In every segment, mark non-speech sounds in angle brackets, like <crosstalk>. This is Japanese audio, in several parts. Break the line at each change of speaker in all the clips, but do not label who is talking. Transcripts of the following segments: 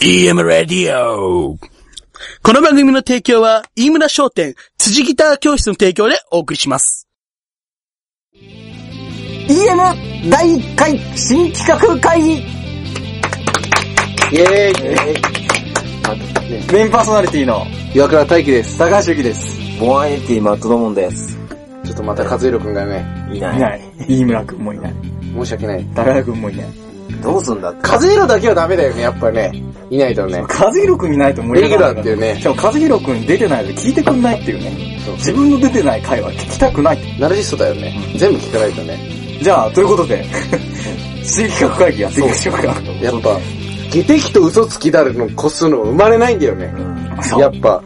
EM ラディオこの番組の提供は、飯村商店、辻ギター教室の提供でお送りします。
EM 第1回新企画会議
イェーイ
メインパーソナリティの
岩倉大輝です。
高橋ゆきです。
ボンアイティマットドモンです。
ちょっとまた和弘くんがね、
い
い
ない。
ない。飯村くんもいない。
申し訳ない。
高田くんもいない。
どうすんだって。
和弘だけはダメだよね、やっぱね。いないとね。
和弘くんいないと盛り上がらない。
レギュラーっていうね
しかも和弘くん出てないと聞いてくんないっていうね。
そう
自分の出てない回は聞きたくない。
ナルシストだよね。全部聞かないとね。
じゃあ、ということで、新企画会議やっていきましょうか。
やっぱ、下敵と嘘つきだるの個数の生まれないんだよね。
そう
やっぱ、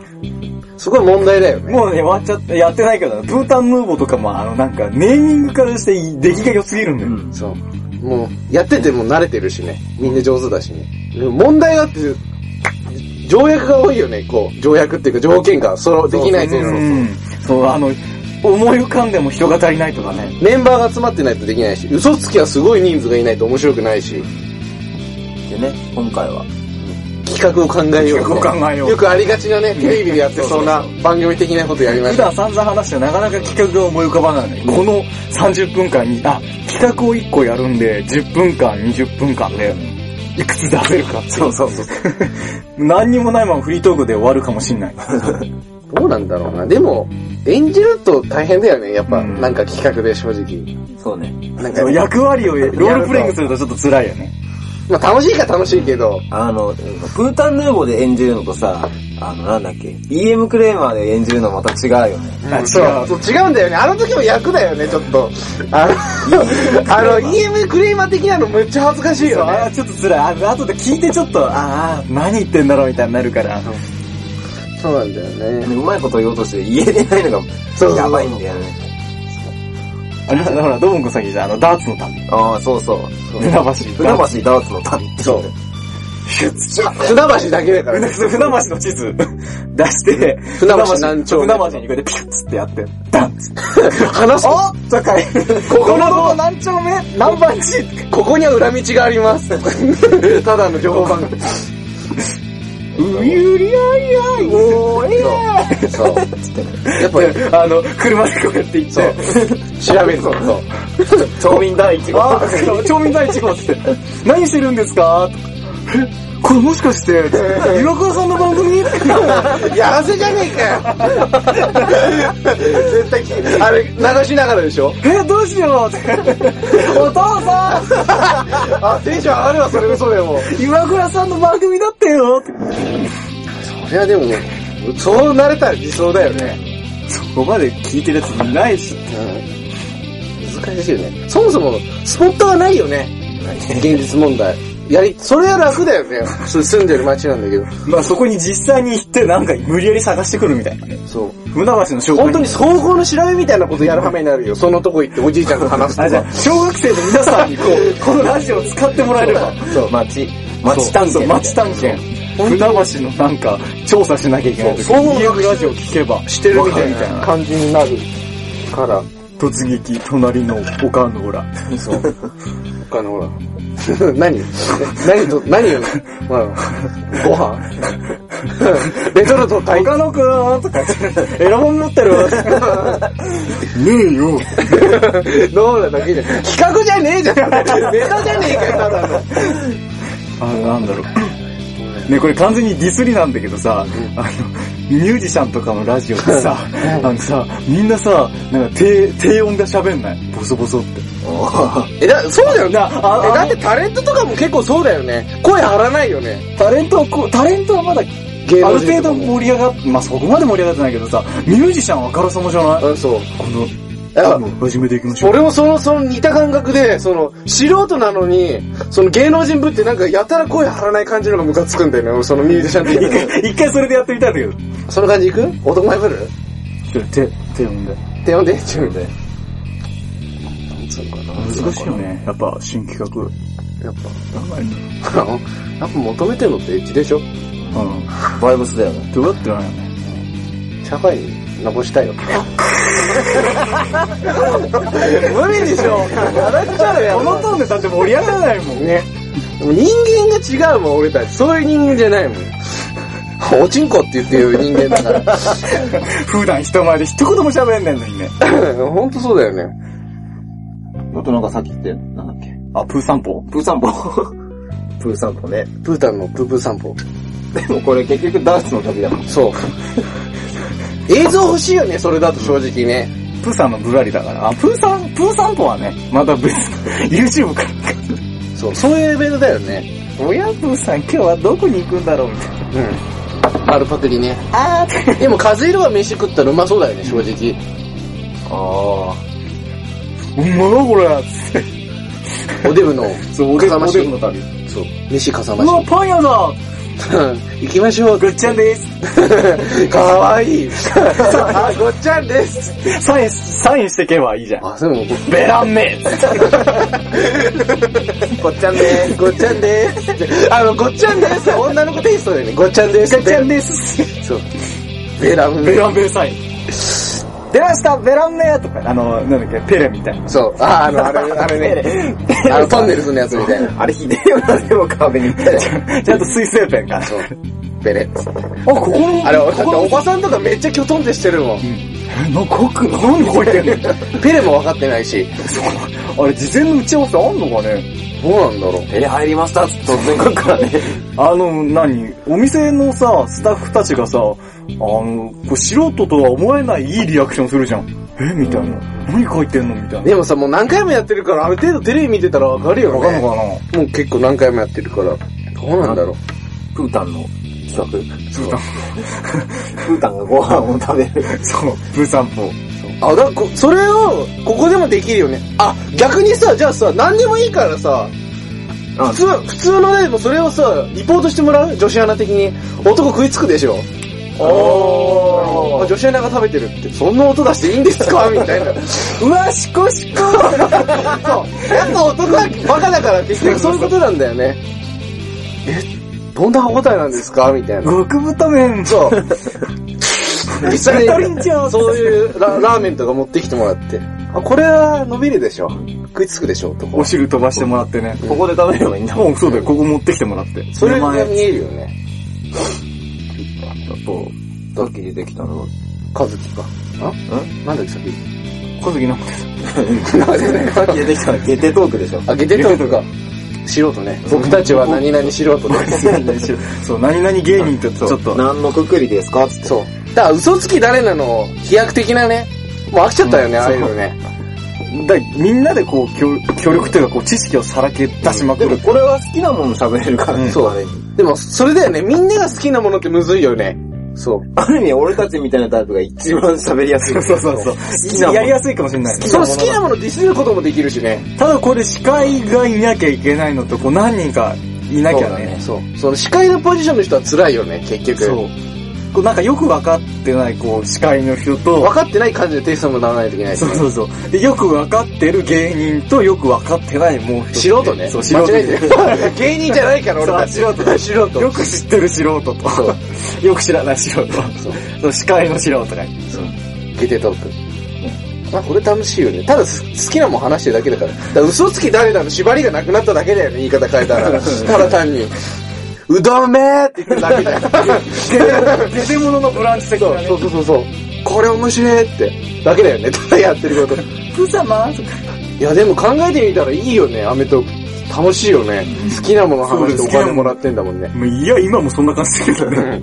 すごい問題だよね。
もうね、終わっちゃって、やってないけど、プータンヌーボーとかも、あの、なんか、ネーミングからして出来が良すぎるんだよ。
そう。もう、やってても慣れてるしね。みんな上手だしね。でも問題があって、条約が多いよね、こう。条約っていうか条件が、その、できないといううの。
ん。そう、あの、思い浮かんでも人が足りないとかね。
メンバーが集まってないとできないし、嘘つきはすごい人数がいないと面白くないし。
でね、今回は。
企画を考えよう、ね。
企画を考えよう
よくありがちなね、テレビでやってそうな番組的なことやりま
普
した。
段散々話してなかなか企画が思い浮かばないのに、この30分間に、あ、企画を1個やるんで、10分間、20分間で、いくつ出せるかって。そうそうそう。 <laughs> 何にもないままフリートークで終わるかもしんない。
どうなんだろうな。でも、演じると大変だよね、やっぱ。
うん
なんか企画で正直。
そうね。
な
<laughs>
ん
そ
か
う、役割をロールプレイングするとちょっと辛いよね。
まあ楽しいか楽しいけど、
あの、プータンヌーボーで演じるのとさ、あの、なんだっけ、EM クレーマーで演じるのまた違うよね。
あ違う
そう、そう違うんだよね。あの時も役だよね、ちょっと。あの、あの、EM クレーマー的なのめっちゃ恥ずかしい
そう
よ
あ
ね。
ーちょっと辛い。あの後で聞いてちょっと、ああ、何言ってんだろうみたいになるから。
そうなんだよね。
うまいこと言おうとして言えてないの
そう
が、やばいんだよね。
あれ、ほら、ドボンコさっきじゃんあの、ダーツの旅。
ああ、そうそう。
船橋。
船橋ダーツの旅って。
そう。
シュッ
船橋だけだからね。
船橋の地図出して、
船橋何丁目
船橋にこうやってピュッつってやって、ダンつって。
話す
おとか、ここのどこ何丁目何番地
ここには裏道があります。ただの情報番組。
うゆりゃいやいおー
そう。やっぱり、
あの、車でこうやって行っ
そ
て
う、。調べると。そう
町民第一号。
あー、町民第一号っつって、何してるんですかえこれもしかして、岩倉さんの番組
やらせじゃねえかよ絶対聞いてあれ、流しながらでしょ
え、どうしようお父さ
あ、テンション上がるわ、それ嘘でも。
ん岩倉さんの番組だってよ
いや、でも、そうなれたら理想だよね。
そこまで聞いてるやついないし。
うん。難しいよね。そもそも、スポットがないよね。現実問題。やり、それは楽だよね。そう住んでる街なんだけど。
まあそこに実際に行ってなんか無理やり探してくるみたいなね。
そう。
船橋の小
本
学
当に総合の調べみたいなことやるはめになるよ。そのとこ行っておじいちゃんと話す
あ、
と
じゃ
か
あ。小学生の皆さんにこ <laughs> う、このラジオを使ってもらえれば。
そう。
町、町探
そう
検。
町探検。船橋のなんか調査しなきゃいけない時
そう
に、EM ラジオ聞けば、
してるみ
わか
たい
るみたい
な
な
感じになるから。
突撃、隣の岡の裏。 <laughs>
そう。他のほら。 <laughs> 何何と、何よ、ほら、ご飯 <laughs> レトルト大会
岡野くんとか言って、エロ本持ってる <laughs> ねえよ。
どうだだけじゃ企画じゃねえじゃんネタじゃねえかよ、ただの。
あ、なんだろう。ね、これ完全にディスりなんだけどさ、あの、ミュージシャンとかのラジオってさ、あのさ、みんなさ、なんか低、低音で喋んないボソボソって。
え、だ、そうだよね。
なあ
え、
あ
だってタレントとかも結構そうだよね。声張らないよね。
タレントはこう、タレントはまだ、あ
芸
る
能人
程
と
度
かも
盛り上がって、まあ、そこまで盛り上がってないけどさ、ミュージシャンはあからさまじゃない
うん、そう。
この、
だから
あの、始めていきましょう。
俺もその、その似た感覚で、その、素人なのに、その芸能人ぶってなんかやたら声張らない感じのがムカつくんだよね、俺そのミュージシャン的
一
<laughs> に。
回、一回それでやってみたんだけど。
その感じいく男前ぶる
手、手音で。
って呼んで、自分で。
難しいよね。やっぱ、新企画。
やっぱ、
あんまりね
やっぱ求めてるのってうちでしょ
う
バイブスだよね。
ん。どうやってないよね。
社会に残したいよ。無理でしょ笑っちゃう
このトーンでだって盛り上がらないもん。
ね。でも人間が違うもん、俺たち。そういう人間じゃないもん。おちんこって言ってる人間だから。
普段人前で一言も喋んねんのにね。
<laughs> ほんとそうだよね。
あとなんかさっき言って、なんだっけ。
あ、プー散歩
プー散歩。
<laughs>
プー散歩ね。
プータンのプープー散歩。
でもこれ結局ダンスの旅だもん。
そう。映像欲しいよね、それだと正直ね。
プーさんのぶらりだから。あ、プーさん、プー散歩はね、また別の、YouTube から。
そう、そういうイベントだよね。
おやプーさん今日はどこに行くんだろうみたいな。
うん。アルパクリね。
あー
でも、風色は飯食ったらうまそうだよね、正 <laughs> 直。
あ
うまっこれつって
おでぶの、
そう、
かさ
お
増し
でんの旅。
そう、飯かさ
う
まし。
わ、パン屋だ
うん行きましょう。
ぐっちゃんです。
かわい
<laughs>
い。あ、ごっちゃんです。
サイン、サインしてけばいいじゃん。
あ、でも、
ベランメ
こっちゃんね。
ごっちゃんです。あの、ごっちゃんです。女の子テイストだよね。ごっちゃんです。
ぐっちゃんです。
そう。ベラン
ベランメサイン。出ましたベランメとか、あの、なんだっけ、ペレみたいな。
そう。あ、あの、あれ、あれね。あの、トンネルズのやつみたいな。
あれひでえよな、でも壁に。
ちゃんと水性ペンかな。
そう。ベレ。
あ、ここの、
あれ、だ
こ
って
こ
おばさんとかめっちゃきょとんでしてるもん。
の、こく、なんでこう言ってんの
ペレも分かってないし。
あれ、事前の打ち合わせあんのかね
どうなんだろう。
え、入りましたっつって突然来るからね。
あの、何お店のさ、スタッフたちがさ、あの、こう素人とは思えないいいリアクションするじゃん。えみたいな。何書いてんのみたいな。
でもさ、もう何回もやってるから、ある程度テレビ見てたら分かるよね。
わかんのかな
もう結構何回もやってるから。どうなんだろう。
プータンの企画。プータン。プータンがご飯を食べる。
そう、ブー散歩。
あ、だからこ、それを、ここでもできるよね。あ、逆にさ、じゃあさ、何でもいいからさ、
あ
普通、普通のね、もうそれをさ、リポートしてもらう女子アナ的に。男食いつくでしょ。おー。女子アナが食べてるって、そんな音出していいんです <laughs> かみたいな。うわ、しこしこ <laughs> そう。やっぱ男はバカだからって言って、そういうことなんだよね。え、どんな歯応えなんですかみたいな。
極太麺。
そう。実際に、そういうララーメンとか持ってきてもらって、あ、これは伸びるでしょ。食いつくでしょ、とか
お。汁飛ばしてもらってね。
ここで食べればいいんだもん。
もうそうだよ、ここ持ってきてもらって。
それ
名
が
前
見えるよね。
あと、さっき出てきたのは、
かずきか。あなんだっけ、さっき。
小杉の。
さっき出てきたのゲテトークでしょ。
あ、ゲテトークか。素人ね。僕たちは何々素人です。
<laughs> そう、何々芸人ってちょっと。
何のくくりですかつって。
そう。だから嘘つき誰なの飛躍的なね。もう飽きちゃったよね、
うん
ああいうのね。
だみんなでこう、協協力というか、こう、知識をさらけ出しまく
でも
る。
これは好きなもの喋れるからね。
うん
そうだね。
でも、それだよね。みんなが好きなものってむずいよね。そう。
ある意味俺たちみたいなタイプが一番喋りやすい。
<laughs> そうそうそう。
きなもの
やりやすいかもしれない。
その好きなものディスることもできるしね。
ただこれ司会がいなきゃいけないのと、こう何人かいなきゃね。
そう。その司会のポジションの人は辛いよね、結局。
そう。こうなんかよく分かってない、こう、司会の人と、
分かってない感じでテイストもならないといけないし
そ
ね、
うそうそう。で、よく分かってる芸人と、よく分かってないもう一つ
素人ね。
そう、素人。
間違えてる。 <laughs> 芸人じゃないから俺たち。
そう素人だ
素人。
<laughs> よく知ってる素人と
そう、
<laughs> よく知らない素人。
そう
そう司会の素人が。
ゲテトーク。まあ、これ楽しいよね。ただす、好きなもん話してるだけだから。だから嘘つき誰だの縛りがなくなっただけだよね、言い方変えた <laughs> ら。ただ単に。うどんめーって言ってるだけだよ。
ゲテモノのブランチ的なね。
<laughs> そうそうそうそう。これ面白いって。だけだよね、ただやってること。
プ様
いや、でも考えてみたらいいよね、アメトーク。楽しいよね。好きなもの話してお金もらってんだもんね。
もういや、今もそんな感じだけど <laughs> ね。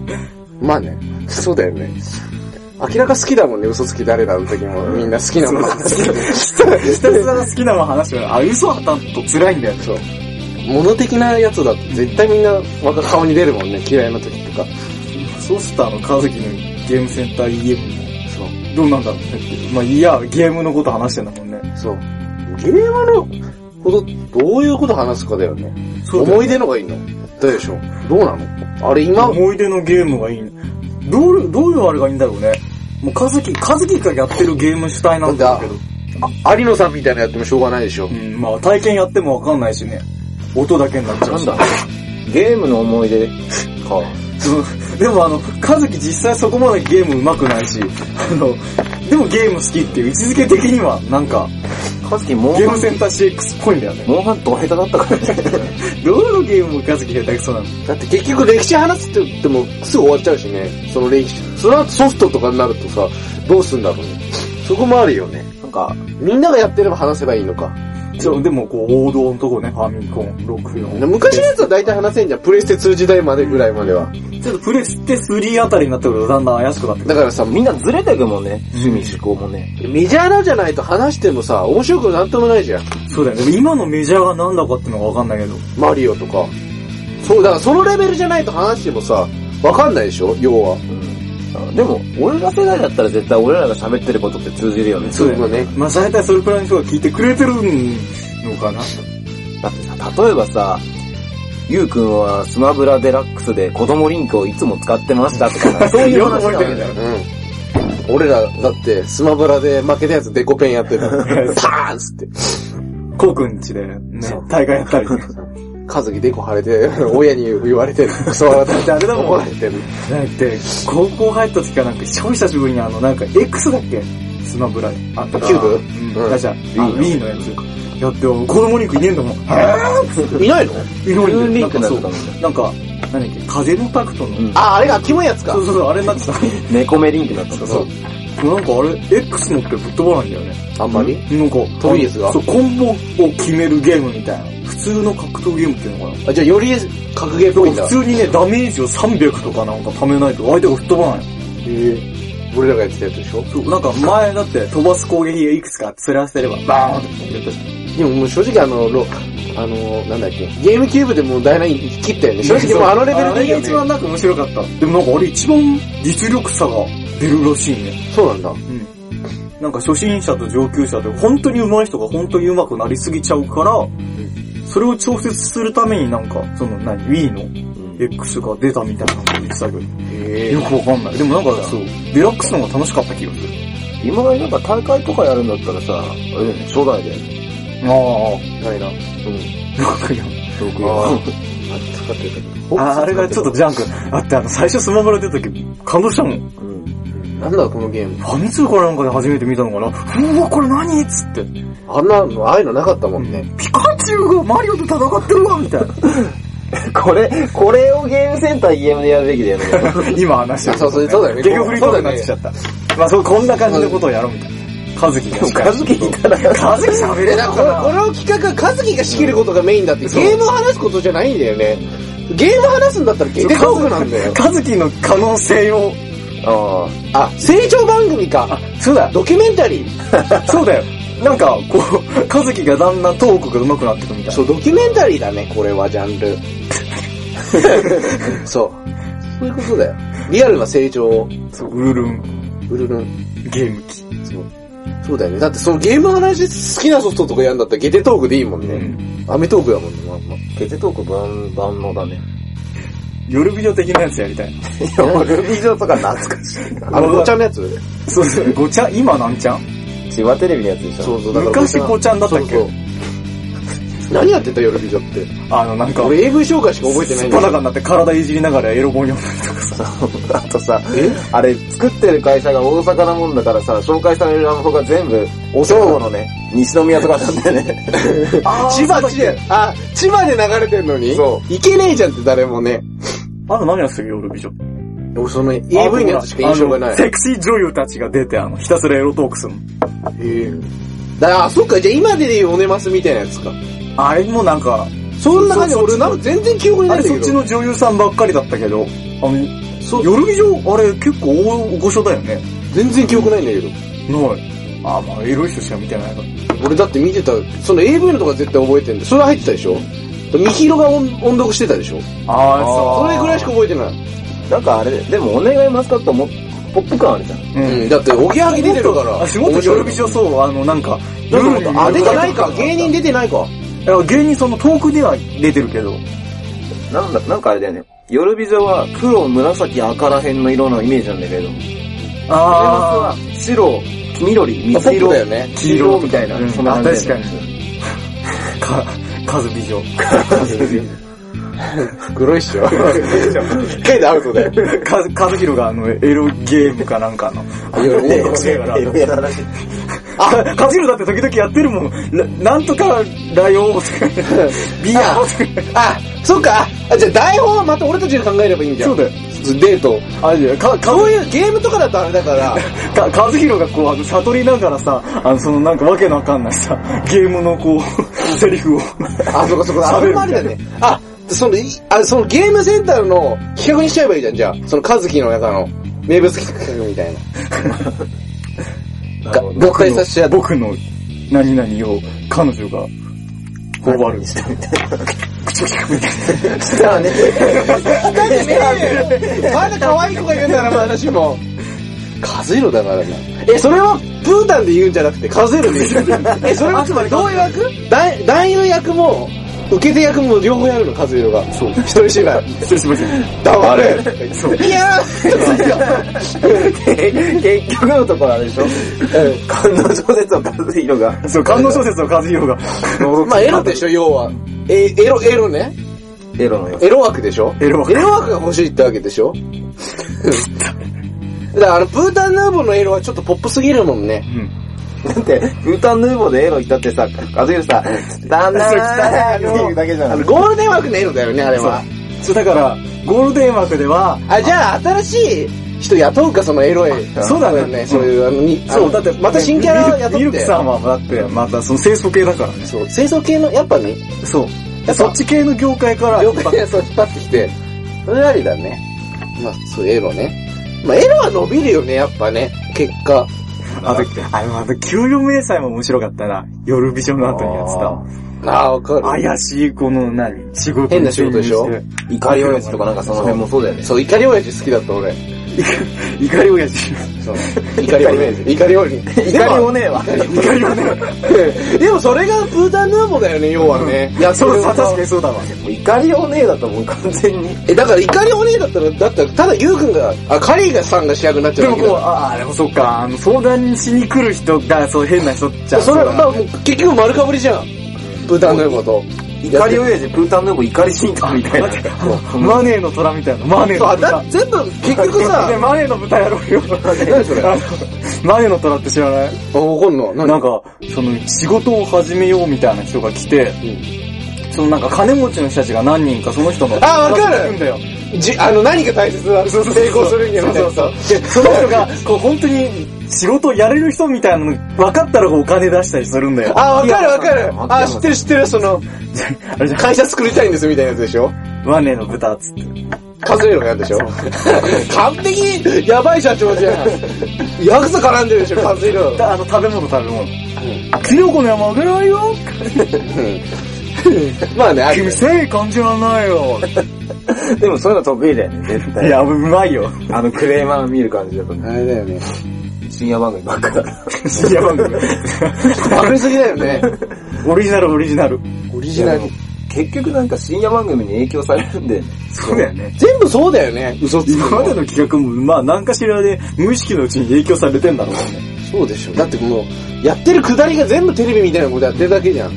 まあね、そうだよね。明らか好きだもんね、嘘つき誰だの時も、みんな好きなもの話してる。
ひたすら好きな話は、あ、嘘はたんと辛いんだよ。
<laughs> そう。物的なやつだと絶対みんな若顔に出るもんね、嫌いな時とか。
ソスターの川崎のゲームセンター EM
そう。
も、どうなんだろうねって。まあ、いや、ゲームのこと話してんだもんね。
そう。ゲームのこと、どういうこと話すかだよね。思い出のがいいのどうでしょうどうなのあれ今、
思い出のゲームがいいねどう、どういうあれがいいんだろうね。もう、カズキ、カズキがやってるゲーム主体なんだけど。
あ有野さんみたいなのやってもしょうがないでしょ
う。ん、まあ、体験やってもわかんないしね。音だけになっちゃ
な
うんし。
だゲームの思い出か。
うん <laughs> でもあの、カズキ実際そこまでゲーム上手くないし、あの、でもゲーム好きっていう位置づけ的には、なんか、
カズキモン
ゲー
ハ
ム
ン、
センター CX っぽいんだよね。
モンハンと下手だったからね。
<laughs> どのゲームもカズキ下手くそなの
だって結局歴史話すって言ってもすぐ終わっちゃうしね。その歴史。その後ソフトとかになるとさ、どうすんだろうね。そこもあるよね。
なんか、
みんながやってれば話せばいいのか。
そう、でもこう、王道のとこね、ファミコン、64。
昔のやつは大体話せんじゃん。プレステ2時代までぐらいまでは。
ちょっとプレステ3あたりになってくるとだんだん怪しくなってくる。
だからさ、
みんなずれてくもんね。趣味思考もね。
メジャーなじゃないと話してもさ、面白くなんともないじゃん。
そうだよね。今のメジャーがなんだかっていうのがわかんないけど。
マリオとか。そう、だからそのレベルじゃないと話してもさ、わかんないでしょ要は。
うん。でも、俺ら世代だったら絶対俺らが喋ってることって通じるよね。
そうだね。
まあ大体それくらいの人が聞いてくれてるのかな。
だってさ、例えばさ、ゆうくんはスマブラデラックスで子供リンクをいつも使ってましたとか、 <laughs> そういう話なんだよ。
うん。俺ら、だって、スマブラで負けたやつデコペンやってる
<laughs>
から。パーンっつって。
コウくんちで、ね、大会やったりね。
カズキデコ腫れて、 <laughs> 親に言われてる。クソ笑って、
誰でも
怒られてる。
だって、高校入った時からなんか、超久しぶりにあの、なんか、X だっけスマブラあったから
キューブ
うん。ガチャ。あ Wii のやつ。やって、子供肉いねえんだもん。
いないの
い
ブ
ろい
ル
ろ
ーリンク
な
なんん
か
だもんね。
そうなんか、何だっけ、風のタクトの。
うん
あ、あれがキモいやつか
そ。うそうそう、あれになってた。 <laughs>
猫目リンクだったんだ
そう。なんかあれ、X 持ってぶっ飛ばないんだよね。
あんまり
なんか、
トミーですが
そう、コンボを決めるゲームみたいな。普通の格闘ゲームっていうのかな。
あ、じゃあより格ゲーっぽいんだ
普。通にね、ダメージを300とかなんか貯めないと相手が吹っ飛ばない。
へえ俺らがやってたやつでしょ
そう、なんか前だって飛ばす攻撃がいくつかあってそれ合わせればバーンって飛んでったじゃん。
でももう正直あの、ロあの、なんだっけ、ゲームキューブでもうダイナイン切ったよね。正直もうあのレベルでいいよ
あれが一
ね。
番なんか面白かった。でもなんかあれ一番実力差が出るらしいね。
そうなんだ。
うん。なんか初心者と上級者で本当に上手い人が本当に上手くなりすぎちゃうから、それを調節するためになんか、その何、Wii の X が出たみたいなこと言ってたけど、
へ
よくわかんない。でもなんかそう、デラックスの方が楽しかった気がする。
今までなんか大会とかやるんだったらさ、あれだよね、初代だよね。
ああ、
え。ないな。うん。
僕よ。
僕
あ
よ。
あ、使ってたけ
<laughs>
ど。
ああれがちょっとジャンク。だってあの、最初スマブラ出た時、感動したもん。
うん。
なんだこのゲーム。
ファミ通かなんかで初めて見たのかなうわ、これ何っつって。
あんなの、ああいうのなかったもんね。
ピカチュウがマリオと戦ってるわみ
<laughs>
たいな。
これ、これをゲームセンター EM でやるべきだよね。
今話してる。
そうそうそうだよね
結局フリートークになってきちゃった。まあそう、こんな感じのことをやろうみたいな。カズキが。
カズキいたら、
カズキ喋
え、
れ
な
なんか
かこれ、こ
ら。
れを企画はカズキが仕切ることがメインだって、ゲ
そう
ームを話すことじゃないんだよね。ゲーム話すんだったらゲテトークなんだよ。
カズキの可能性を。
ああ、
あ、成長番組か。
そうだ。
ドキュメンタリー。
そうだよ。なんか、こう、カズキがだんだんトークが上手くなってくみたい
そう、ドキュメンタリーだね、これは、ジャンル。 <laughs> そう。そういうことだよ。リアルな成長を。
な。そう、ウルルン、
うるるん。
ゲーム機。
そう。そうだよね。だってそのゲームの話好きなソフトとかやんだったらゲテトークでいいもん
う
ね。
ん。
アメトークだもんね、まんま。
ゲテトーク万万能だね。
夜ビデオ的なやつやり
<laughs>
たい。
いや、もうルビー上とか懐かしい。
あの、ごちゃのやつ
そうそう、ごちゃ、今なんちゃん
千葉テレビのやつでしょ。
そうそう、だから
昔
ご
ごちゃんだったっけ
そうそう何やってた夜美女って。
あの、なんか、
俺 AV 紹介しか覚えてない
す
ん
っ
だ
ぱな
けど
かになって体いじりながらエロ本読んだりとかさ。
あとさ
え、
あれ、作ってる会社が大阪なもんだからさ、紹介されるアンフォが全部、お正午のね、西宮とかなんだよね。
あ
千葉、千葉、あ、千葉で流れてんのに
そ
いけねえじゃんって誰もね。
あと何やってたっけ、夜美女。
俺その AV のやつしか印象がな
あの
い。
セクシー女優たちが出て、あの、ひたすらエロトークするの。
ええだから、あそっか、じゃあ今で言うオネマスみたいなやつか。
あれもなんか、
そんな感じ、俺なんか全然記憶に
あ
ない
れ
んだ
そっ
け
ち
ど。
の女優さんばっかりだったけど、あの、
そ
夜美女、あれ結構大御所だよね。
全然記憶ないんだけど。
ない。あ、まあエロい人しか見てないから。
俺だって見てた、その AV のとか絶対覚えてんだよそれ入ってたでしょミヒロが音音読してたでしょ
あ
そ
あ
れぐらいしか覚えてない。
<laughs> なんかあれ、でもお願いマスカットも、ポップ感あるじゃん。
そう。う。
うんん、だって、おぎやはぎ出てるから。
あ、仕事夜美女そう、あの、なんか、
面白いあ、出てないか。
芸
芸人出てないか。
人、芸人そのトークでは出てるけど、
なんだ、なんかあれだよね。夜ビジョは黒、紫、赤ら辺の色のイメージなんだけど、
あ
夜ビジョは白、緑、
ポ
水
ップ
色
だよ、ね。
黄色みたいな、
うん <laughs>
そんな感じだよね。
あ確かにか、カズ美女。
黒いっし <laughs> ょ。一回でアウトだよ。
<laughs> か、かずひろがあの、エロゲームかなんかの。 <laughs>
エロ
やら
エロやらしい
あ、かずひろだって時々やってるもん。らなんとか、ラヨウとか、ビアーとか。
あ、そっか。あじゃあ台本はまた俺たちで考えればいいんじゃん。
<laughs> そうだよ。
デート。
あれだよ、か、か
そういうゲームとかだとあれだから、
か、かずひろがこう、あの、悟りながらさ、あの、そのなんかわけのわかんないさ、ゲームのこう、セリフを。
あ、そうかそうか、あ
喋
れ
る
もありだね。あ、その、いあそのゲームセンターの企画にしちゃえばいいじゃん、じゃあ。そのカズキの中の名物企画みたいな。が合体させちゃって。
僕の、何々を、彼女が、こう割る。
したらね、
まだ可愛い子が言うんだな、話も。カズイロだからな。え、それは、ブータンで言うんじゃなくて、カズイロで <laughs> 言う。え、それはつまりどういう役男男優役も、受け手役も両方やるの、カズイロが。そう。一人芝居。
失礼しました。
黙れいやー
結局のところあれでしょ感動小説を数ずひろが。
そう、感動小説の和弘が、
まあエロでしょ、要は。え、エロ、エロね。
エロのよ。
エロ枠でしょ
エロ枠
エ
<laughs>
ロ枠が欲しいってわけでしょだからあの、ブータンヌーボーのエロはちょっとポップすぎるもんね。
だって、フータンヌーボーでエロ行ったってさ、和弘 <laughs> さ、だんだんっていうだけじゃ
あ
ん
の、。ゴールデン枠のエロだよね、あれは。
そう、だから、ゴールデン枠では、
あ、じゃあ、新しい人雇うか、そのエロい。
そうだね
そういう、あの、に、あ
そう、
の
だって、
また新キャラ雇って。
ミルクさんは、だって、またその清楚系だからね。
そう、清掃系の、やっぱね、
そう。そっち系の業界から、
了解そう引っ張ってきて、それありだね。まあ、そう、エロね。まあ、エロは伸びるよね、やっぱね。結果。
あと、あの、あの、給与明細も面白かったな。夜ビジョンの後にやって
ああ、わかる。
た。怪しい、この何、仕事に
変な仕事でしょ
注入て
怒り親父とかなんかその辺もそうだよね。
そう、怒り親父好きだった、俺。
怒り親父。
そう。
<laughs>
怒り親父。怒り親父。
怒りおねえわ。
怒り親父。
<laughs> でもそれがブータンヌーボーだよね、要はね。
いや、そう、確かにそうだわ。
怒りおねえだともう完全に。
え、だから怒りお姉だったら、だったら、ただユウくんが、あ、カリーがさんが主役になっち
で
ゃ
も
うわ
こ
け
う、
だ。
ああ、でもそっか、あの、相談しに来る人が、そう、変な人じゃん。
それは、ま
う
あ、もう結局丸かぶりじゃん。ブータンヌーボーと。
怒り親父、プータンヌーボー怒りシーンとみたいな。
だマネーの虎みたいな。マネー
そう、
の
あ
虎
だ。全部、結局
で
さ、
マネーの豚やろうよ。
何それ
あの <laughs> マネーの虎って知らない
あ、 <laughs> 怒んの何
なんか、その、仕事を始めようみたいな人が来て、そのなんか金持ちの人たちが何人かその人の、
あわかる
んだよ。
じ、あの、何が大切だ成功するにはみたいなさ。
で、その人
<laughs>
が、こう本当に仕事をやれる人みたいなの分かったらこうお金出したりするんだよ。
あ、わかるわかる。
秋山
あ、知ってる知ってる。その、
あれじゃん、
会社作りたいんですみたいなやつでしょ
マネーの豚っつって。
数えるのやるでし <laughs> ょ完璧やばい社長じゃん。ヤクザ絡んでるでしょ、数えるの。
だあの、食べ物食べ物。キノコの山あげないよ
まあね、ある
君、せい感じはない
<laughs>
よ。
<laughs> でもそういうの得意だよね、絶
い
対。
や、うまい <laughs> よ。
あの、クレーマー見る感じだとね。
あれだよね。
深夜番組ばっかだ。
深夜番組。
バりすぎだよね。
オリジナル、オリジナル。
<laughs> オリジナル。
結局なんか深夜番組に影響されるんで、
そうだよね。
全部そうだよね。嘘つ
今
く
まで
の。
の企画も、まあ、何かしらで、無意識のうちに影響されてんだろうね。
そうでしょ。だってもう、やってるくだりが全部テレビみたいなことやってるだけじゃん。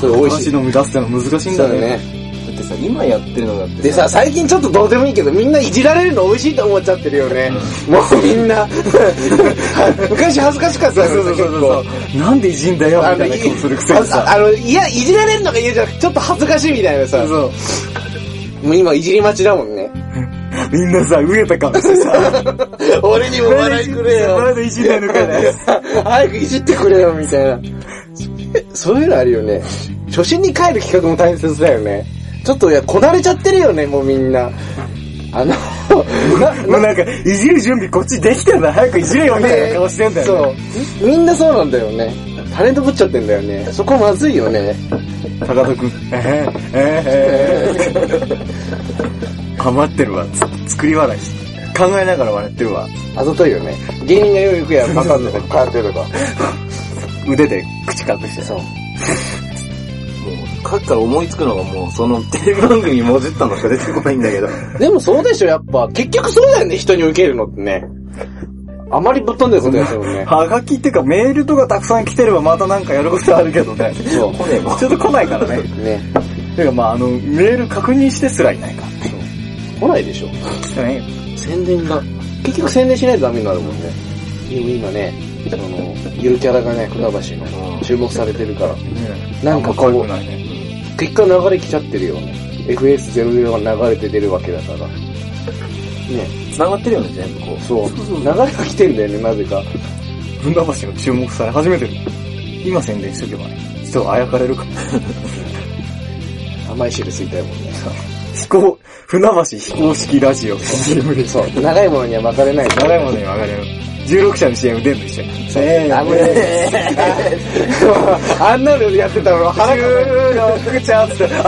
それ美味し
話
い。
の出すってのは難しいん
そ
だ
うだ
ね。
ね。
だってさ、今やってるのだって
でさ、最近ちょっとどうでもいいけど、みんないじられるの美味しいと思っちゃってるよね。もうみんな。昔恥ずかしかった
そう
よ
そ
ね、
うそ
結
う
構。
そう。なんでいじんだよ、み
あ
た
の、
い
い
な顔するくせに
あ
さ。
あの、いや、いじられるのが嫌じゃなくて、ちょっと恥ずかしいみたいなさ。
そう。
もう今、いじり待ちだもんね。
みんなさ、飢えた顔してさ、
俺にも笑いくれよ。
誰でいじんないのかね。
<laughs> 早くいじってくれよ、みたいな。そういうのあるよね。初心に帰る企画も大切だよね。ちょっと、いや、こなれちゃってるよね、もうみんな。あの、な <laughs>
もうなんか、いじる準備こっちできてんだ、早くいじれよ、みたいな顔してんだよね。
そう。みんなそうなんだよね。タレントぶっちゃってんだよね。そこまずいよね。
高田くん、えー、えー、えー。 <laughs> ハマってるわ、つって作り笑いして。考えながら笑ってるわ。
あざといよね。芸人がよう行くやん、パターンとか、カーテルとか。
腕で口隠してさ。
もう、書くから思いつくのがもう、そのテレビ番組にもじったのしか出てこないんだけど。
でもそうでしょ、やっぱ。結局そうだよね、人に受けるのってね。あまりぶっ飛んでることやって <laughs> もね。
はがきっていうかメールとかたくさん来てればまたなんかやることあるけどね。
そ
来ねえもん
ちょっと来ないからね。
う。ね。
てかまああの、メール確認してすらいないからね。
来ないでしょ。
そうね。
宣伝が、結局宣伝しないとダメになるもんね。でも今ね、その、ゆるキャラがね、船橋の、注目されてるから、なんかこ
怖く
う、
ないね。
結果流れ来ちゃってるよね。FS00 が流れて出るわけだから。ね、
繋がってるよね、全部こう。
そう、流れが来てんだよね、なぜか。
文化橋が注目され始めてる。今宣伝しとけばね、人があやかれるから。
甘い汁吸いたいもん
<laughs>
ね。
飛行、船橋非公式ラ <laughs> ジオ CM で。そう。
長いものには巻かれない。
長いものには上がれる。16社の <laughs> CM 出んの一緒に。せ
ダメ <laughs> あんなのやってたら腹が。
16社って。あ、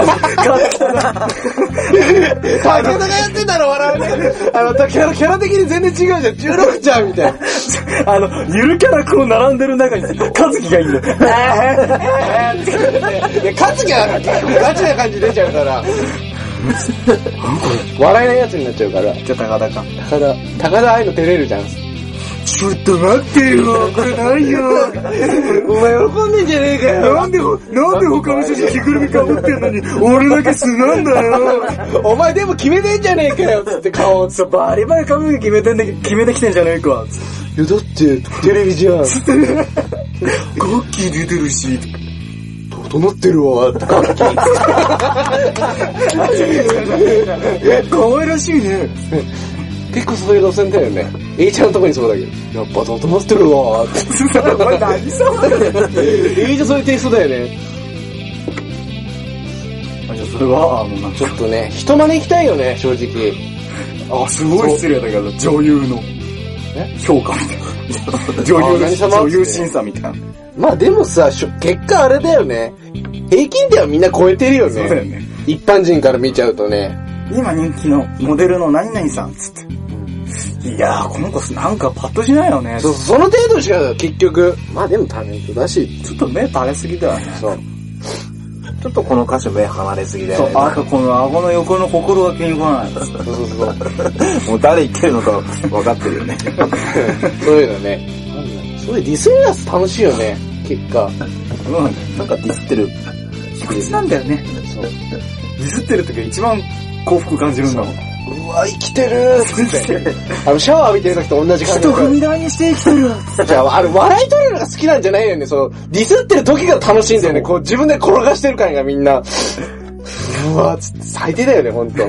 武田がやってたら笑うね。あの、キャラ、キャラ的に全然違うじゃん。16ちゃんみたいな。
あの、ゆるキャラこう並んでる中に、和樹がいるんだよ。
いや、勝つキャラが結構ガチな感じ出ちゃう
<laughs>
から。笑えないやつになっちゃうから。
じゃあ高田か。
高田、高田ああいうの照れるじゃん。
ちょっと待ってよ、これないよ。
お前喜んでんじゃねえかよ。
なんで、なんで他の人たち着ぐるみかぶってんのに、俺だけすなんだよ。
お前でも決めてんじゃねえかよつって顔を。い
そう、バリバリ髪の毛決めてんだけ決めてきてんじゃねえか。
や、だって、テレビじゃん。
ガッキー出てるし。
整ってるわ。
可愛らしい <laughs> ね。
結構そういう路線だよね。A ちゃんのとこにそうだけど。やっぱ整ってるわ。
これ何様だよ。
A ちゃんそういうテイストだよね。
あ、じゃあそれは、あの、なん
ちょっとね、人真似行きたいよね、正直。
あ、すごい失礼だけど、女優の
え
評価みたいな。女優
あ何
の、
様
女優審査みたいな。
まあでもさ、しょ結果あれだよね。平均点はみんな超えてるよ
そうだよ
ね。
ね。
一般人から見ちゃうとね。
今人気のモデルの何々さん、つって。いやー、この子なんかパッとしないよね。
そ、その程度しか結局。まあでもタレントだし、
ちょっと目垂れすぎだよね。
そう。
ちょっとこの箇所目離れすぎだ
そ
よ
う、あとこの顎の横の心が気に来ない。
そうそうそう。
<laughs> もう誰言ってるのか分かってるよね。
そういうのね。そういうディスり出す楽しいよね、結果。
うん。
なんかディスってる。
卑屈なんだよね。
そう。
ディスってる時が一番幸福感じるんだもん。
うわ、生きてるーって。 <laughs> あの、シャワー浴びてる時と同じ感じだから
み台にして生きてる。
じゃあ、あれ、笑い取れるのが好きなんじゃないよね。その、ディスってる時が楽しいんだよね。こう、自分で転がしてる感がみんな。うわ、つって最低だよね、ほんと。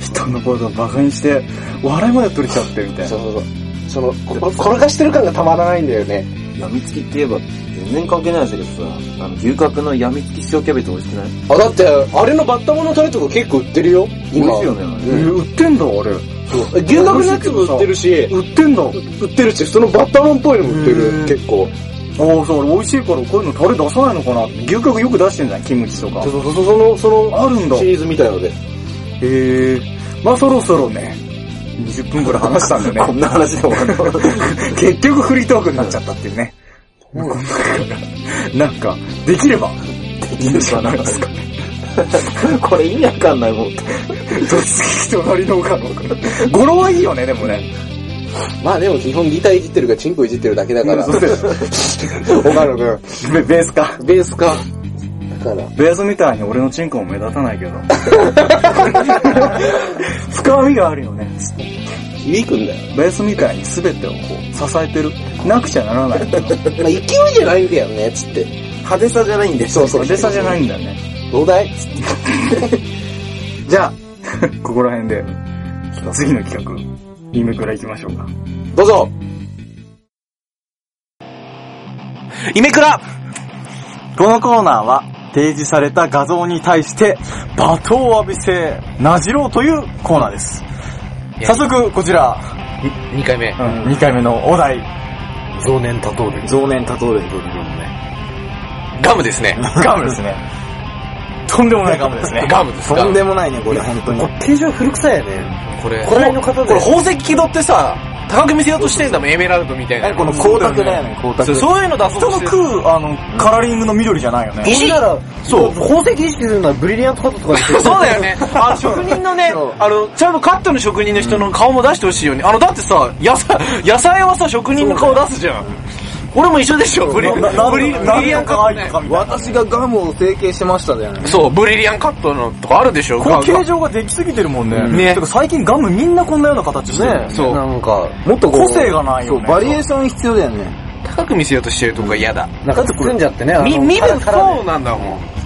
人のことをバカにして、笑いまで取れちゃってるみたい
そ
な。
うそうそう。その、こ転がしてる感がたまらないんだよね。
やみつきって言えば全然関係ないんだけどさ、あの牛角のやみつき塩キャベツ美味しくない
あ、だって、あれのバッタモノタレとか結構売ってるよ。
美味
今
しい。よね。
えー売ってんだ、あれ。
そう牛角のやつも売ってるし、
売ってんだ。あ
売ってるし、そのバッタモンっぽいのも売って
へ
る
ー。
結構。
あ、そう、俺美味しいからこういうのタレ出さないのかなって。牛角よく出してんじゃん、キムチとか
そ。そそその、その、
あるんだ
シリーズみたいの <laughs> で。
へえ。まあそろそろね、20分くらい話したん <laughs> だ
こ
ね。
んな話で終わるの。
結局フリートークになっちゃったっていうね。なんか、できれば、いいんじゃないですか。
これ意味わかんないもん。
どっち隣の丘の語呂はいいよね、でもね。
まあでも基本ギターいじってるかチンコいじってるだけだから。
そうだよ
岡野くん。
ベベースか。
ベースか。だから。
ベースみたいに俺のチンコも目立
<laughs>
たないけど。深みがあるよね。
響くんだよ。
ベースみたいに全てをこう支えてる。なくちゃならない。
まあ勢いじゃないんだよね、つって。
派手さじゃないんで。
そうそう。
派手さじゃないんだよね。
どうだいつって。
じゃあ、 <laughs> ここら辺で、次の企画、イメクラ行きましょうか。
どうぞ
イメクラ
このコーナーは提示された画像に対して罵倒を浴びせ、なじろうというコーナーです。早速こちら、
2回目。
2回目のお題。
増年多頭類。
増年多頭類。
ガムですね。
<laughs>
ガムですね。とんでもないガム
<laughs>
ですね。
ガムです。ガ
とん
ム。
でもないね、これ、本
<laughs>
当に。
これ、
これの方
これ宝石気取ってさ、高く見せようとしてんだもん、エメラルドみたいな。
この光沢だよね、光
そう
沢。
そういうの出そう
人
と
の
してる。
食う、あの、カラーリングの緑じゃないよね。
石そう。宝石意識するのはブリリアントカットとかそうだよね。あの、職人のね、あの、ちゃんとカットの職人の人の顔も出してほしいよね。あの、だってさ、野菜、野菜はさ、職人の顔出すじゃん。俺も一緒でしょ、ブリ
なな
ブリブリリアンカット、ね
なんとか愛とかみたいな。
私がガムを整形しましたじゃない。
そう、ブリリアンカットのとかあるでしょ、
この
ガ
形状ができすぎてるもんね。
ね
てか最近ガムみんなこんなような形してる。
そう
なんか、もっとこう
個性がないよね
そうバリエーション必要だよね。
高く見せようとしてるとこが嫌だ。
なんか組んじゃってね、あの
み、見る
殻殻で
そうなんだもん。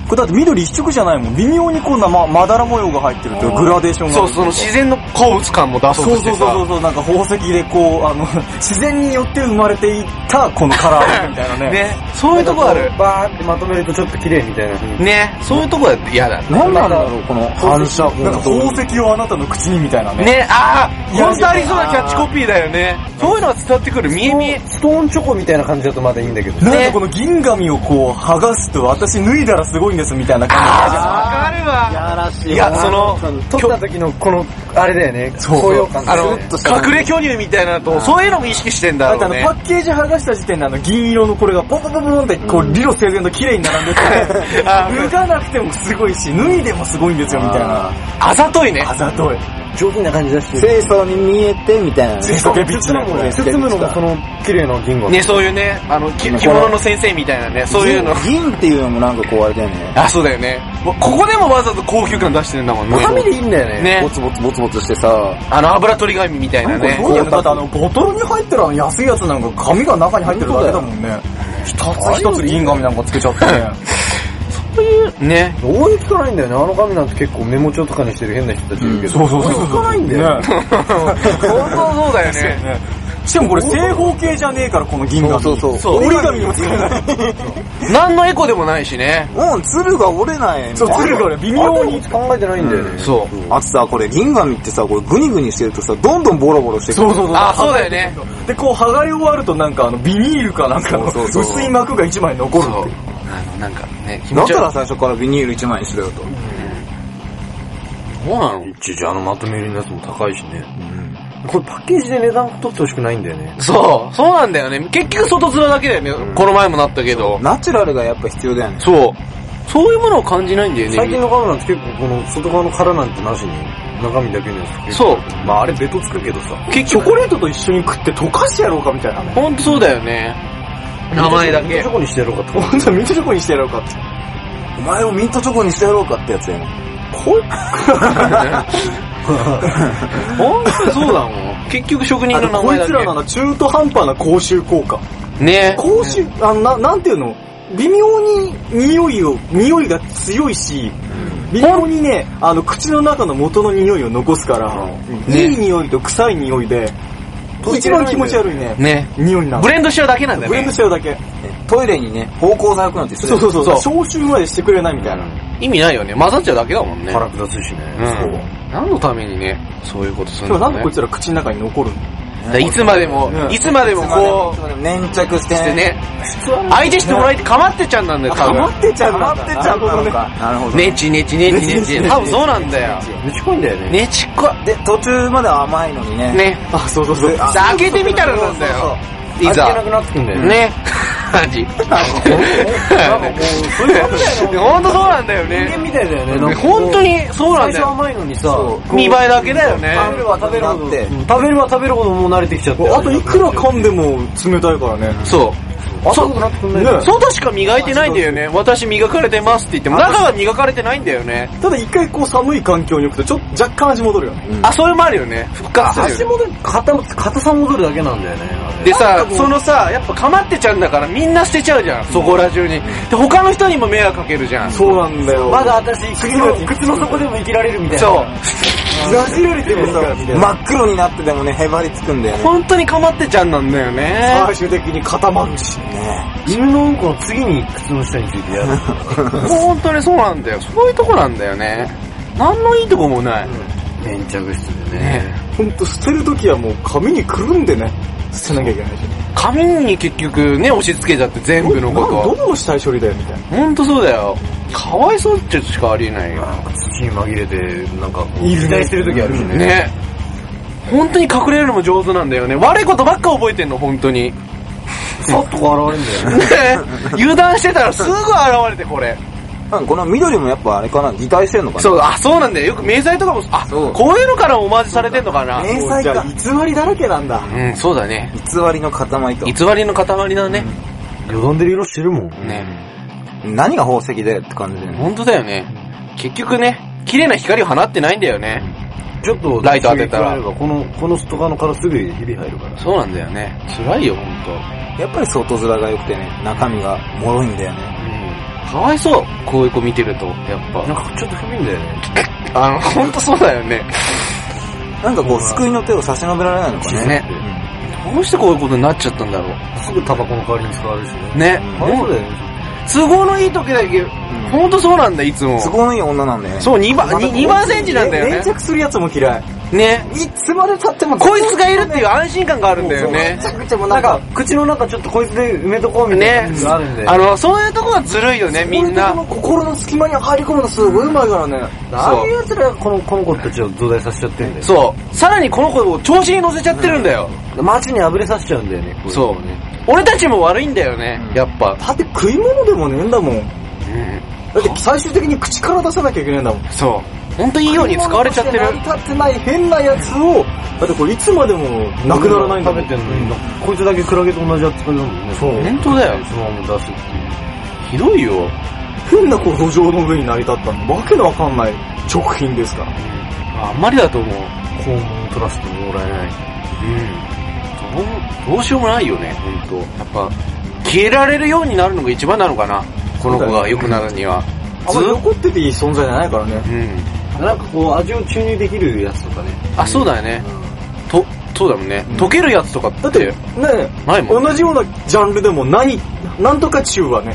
これだって緑一色じゃないもん。微妙にこんなままだら模様が入ってるというグラデーションが。
そう、その自然の鉱物感も出そ
そ
うと
う
して
そ
さ。
うそうそう、なんか宝石でこう、あの、 <laughs> 自然によって生まれていったこのカラ <laughs> ーみたいなね。
ね、そういうとこある。
バーってまとめるとちょっと綺麗みたいな。
ね、そういうとこだって嫌だ。
なんなんだろう、この
反射
なんか宝石をあなたの口にみたいなね。
ね、ああ、本当ありそうなキャッチコピーだよね。そういうのは伝わってくる、見え見え。
ストーンチョコみたいな感じだとまだいいんだけど。
なんかこの銀紙をこう剥がすと私脱いだらすごいんですみたいな感じ
わかるわ。
やらし
いや、その、
取った時のこの、あれだよね、高揚感
あの、
ね
隠れ巨乳みたいなのと、そういうのも意識してんだ
だってあ
ろう
の
ね
パ。ッケージ剥がした時点であの銀色のこれがポンポンポンポンってこう理路整然と綺麗に並んでて <laughs>
あ
脱がなくてもすごいし脱いでもすごいんですよみたいな
あざといね。
あざとい
上品な感じだし。
清楚に見えて、みたいな。
清楚系ビッチ
包
な
む
こ
の
れ
ね、包むのがその、綺麗な銀河。
ね、そういうね、あの、き着物の先生みたいなね、そういうの。
銀銀っていうのもなんかこうあれだよね。
あ、そうだよね。ここでもわざと高級感出してるんだもんね。
紙でいいんだよね。
ね
ボ、ツボツボツボツしてさ、
あの、油取り紙みたいなね。
そうだよねだってあのボトルに入ってるあの安いやつなんか紙が中に入ってるだけだもんね一つ一つ銀紙なんかつけちゃってね
ね。
応援聞かないんだよね。あの紙なんて結構メモ帳とかにしてる変な人たちいるけど。
そうそうそうそうそうないんだよ、ね
<laughs> 本当そうだよね。
ねしかもこれ正方形じゃねえからこの銀紙
そうそう
そう
折り紙にも使えない
<laughs> 何のエコでもないしね。
うん、鶴が折れない。
そう鶴が微妙に
考えてないんだよね。
そう。
あとさ、これ銀紙ってさ、これグニグニしてるとさ、どんどんボロボロしてくる。
そうそうそう
あ、そうだよね。
で、こう剥がれ終わるとなんかあのビニールかなんかの
そうそうそう
薄い膜が一枚残る
そう
っていう。。
あの、なんかね、気
だ
持
っ
ち
た
悪
ら
い。
最初からビニール1枚にしろよと。
そうなの
ちちあのまとめるのやつも高いしね。
これパッケージで値段取ってほしくないんだよね。
そう。そうなんだよね。結局外面だけだよね。この前もなったけど。
ナチュラルがやっぱ必要だよね。
そう。そういうものを感じないんだよね。
最近の紙なんて結構この外側の殻なんてなしに、中身だけのやつ。
そう。
まああれベトつくけどさ。
結
チョコ
局、
レートと一緒に食って溶かしてやろうかみたいなね。
ほんとそうだよね。名前だけ
ど。こにしてやろうかと。
ほんとミントチョコにしてやろうかって。
お前をミントチョコにしてやろうかってやつやね。
ほんとそうだ <laughs> もん。結局職人
あ
の
の、
名
こい
前だ
つらのあ
け。
の中途半端な口臭効果。
ね。
口臭、あの、ななんていうの微妙に匂いを、匂いが強いし、微妙にね、あの、口の中の元の匂いを残すから、いい匂いと臭い匂いで、一番気持ち悪いね、
ね。
匂いなの
ブ。レンドしちゃうだけなんだよ
ブレン
ね
ド。しちゃうだけ。
トイレにね、芳香剤置くなんて
そうそうそう。
そう
消臭までしてくれないみたいな。
意味ないよね。混ざっちゃうだけだもんね。
腹下すしね。
うん。何のためにね、そういうことす
で
る
も
の
なんでこい
ね。
つら口の中に残るの
だからいつまでも、いつまでもこう、
う。粘着して
して
ね。
ね、相手してもらえて構ってちゃうんだよ、多
溜ま
分。
ってちゃう
黙ってちゃう
なるほど
の
ね
か。なるほど。
ねちねちねちねち。多分そうなんだよ。
めちこいんだよね。
ねちっこ
で、途中までは甘いのにね。
い。ね。
あ、そうそうそう。
さあ開けてみたらなんだよ。い
味
ざ
気。なくなってくんだよね。
ね。感 <laughs> じ。本当そうなんだよ
人間
ね。
みたいだよね。なんかこう
本当にそうな
最
んだ
初
よ。
甘いのにさ、
見栄えだけだよね。
食べれば食べるほど、
な
う
っ
ん
て
食べれば食べるほどもう慣れてきちゃって。
あといくら噛んでも冷たいからね。
そう。そ
なってくんない
ね
よ
外しか磨いてないんだよね。私磨かれてますって言っても、中は磨かれてないんだよね。
ただ一回こう寒い環境に置くと、ちょっと若干味戻るよね。
あ、それもあるよね。復活する
足
よね。
元に硬硬さ戻るだけなんだよね。あれ
でさ、そのさ、やっぱ構ってちゃうんだからみんな捨てちゃうじゃん、そこら中に。で、他の人にも迷惑かけるじゃん。そう。
そうなんだよ。
まだ私、靴の、靴の底でも生きられるみたいな。
なじられてもさ、真っ黒になってでもね、へばりつくんだよね。
本当に構ってちゃんなんだよね。
最終的に固まるし。
犬のうんこの次に靴の下についてやる。
<laughs> 本当にそうなんだよ。そういうとこなんだよね。何のいいとこもない。
粘着質でね。
ね
ほんと捨てるときはもう紙にくるんでね、捨てなきゃいけないし。
紙に結局ね、押し付けちゃって全部のこ
なん
と。
どうしたい処理だよみたいな。
本当そうだよ。かわいそうってしかありえないよ。
土に紛れて、なんかこう、
いるね
期待してる時あるしね。
ね。本当に隠れるのも上手なんだよね。悪いことばっか覚えてんの、本当に。ね
さっとこう現れるんだよね。
油断してたらすぐ現れて、これ。
なんかこの緑もやっぱあれかな、擬態してんのかな。
そう、あ、そうなんだよ。よく明細とかも、あ、
そう
こういうのからオマージュされてんのかな。
明
もう
細
じゃあ
か。
偽りだらけなんだ。
うん、そうだね。
偽りの塊と。
偽りの塊だね。
よどんでる色してるもん。
ね。
何が宝石だよって感じだよね。
本当だよね。結局ね、綺麗な光を放ってないんだよね。
ちょっと
ライト当てたら
この、この外側のからすぐひび入るから。
そうなんだよね。辛いよ、ほんと。
やっぱり外面が良くてね、中身が脆いんだよね。
かわいそう。こういう子見てると、やっぱ。
なんかちょっと不便だよね。
<laughs> あの、ほんとそうだよね。
なんかこう、救いの手を差し伸べられないのかね。
ねどうしてこういうことになっちゃったんだろ
すぐタバコの代わりに使われるしね。
う。ね。
あれそうだよね。
都合のいい時だけ、ほんとそうなんだ、いつも。
都合のいい女なんだよね。
そう、2番、二二番センチなんだよ
粘
ね。
着するやつも嫌い。
ね。
いつまで経っても
こいつがいるっていう安心感があるんだよね。
なんか、口の中ちょっとこいつで埋めとこうみたいな
ね
やつがあるんで。
あの、そういうとこはずるいよね、みんな。
心の隙間に入り込むのすごいうまいからね。ああいう奴らがこの、この子たちを増大させちゃってんだよ。
そう。さらにこの子を調子に乗せちゃってるんだよ。
街にあぶれさせちゃうんだよね。
そう。俺たちも悪いんだよね、やっぱ。
だって食い物でもねえんだもん。
うん。
だって最終的に口から出さなきゃいけないんだもん。
そう。ほんといいように使われちゃってる
成。り立ってない変なやつを、だってこれいつまでもなくならないんだもん。食べてんのに、こいつだけクラゲと同じ扱いだもんね。そう。
本当だよ。
スマホ出すっていう。
ひどいよ。
変なこう土壌の上に成り立ったわけのわかんない食品ですから。
あんまりだと思う。
肛門トラストもらえない。
うん。どう、どうしようもないよね、ほんと。やっぱ、消えられるようになるのが一番なのかな。この子が良くなるには。
あんまり残ってていい存在じゃないからね。
うん。
なんかこう味を注入できるやつとかね。
あ、そうだよね。と、そうだもんね。溶けるやつとか
だ
っ
って、ね
て、ないもん。
同じようなジャンルでも何、なんとか中はね、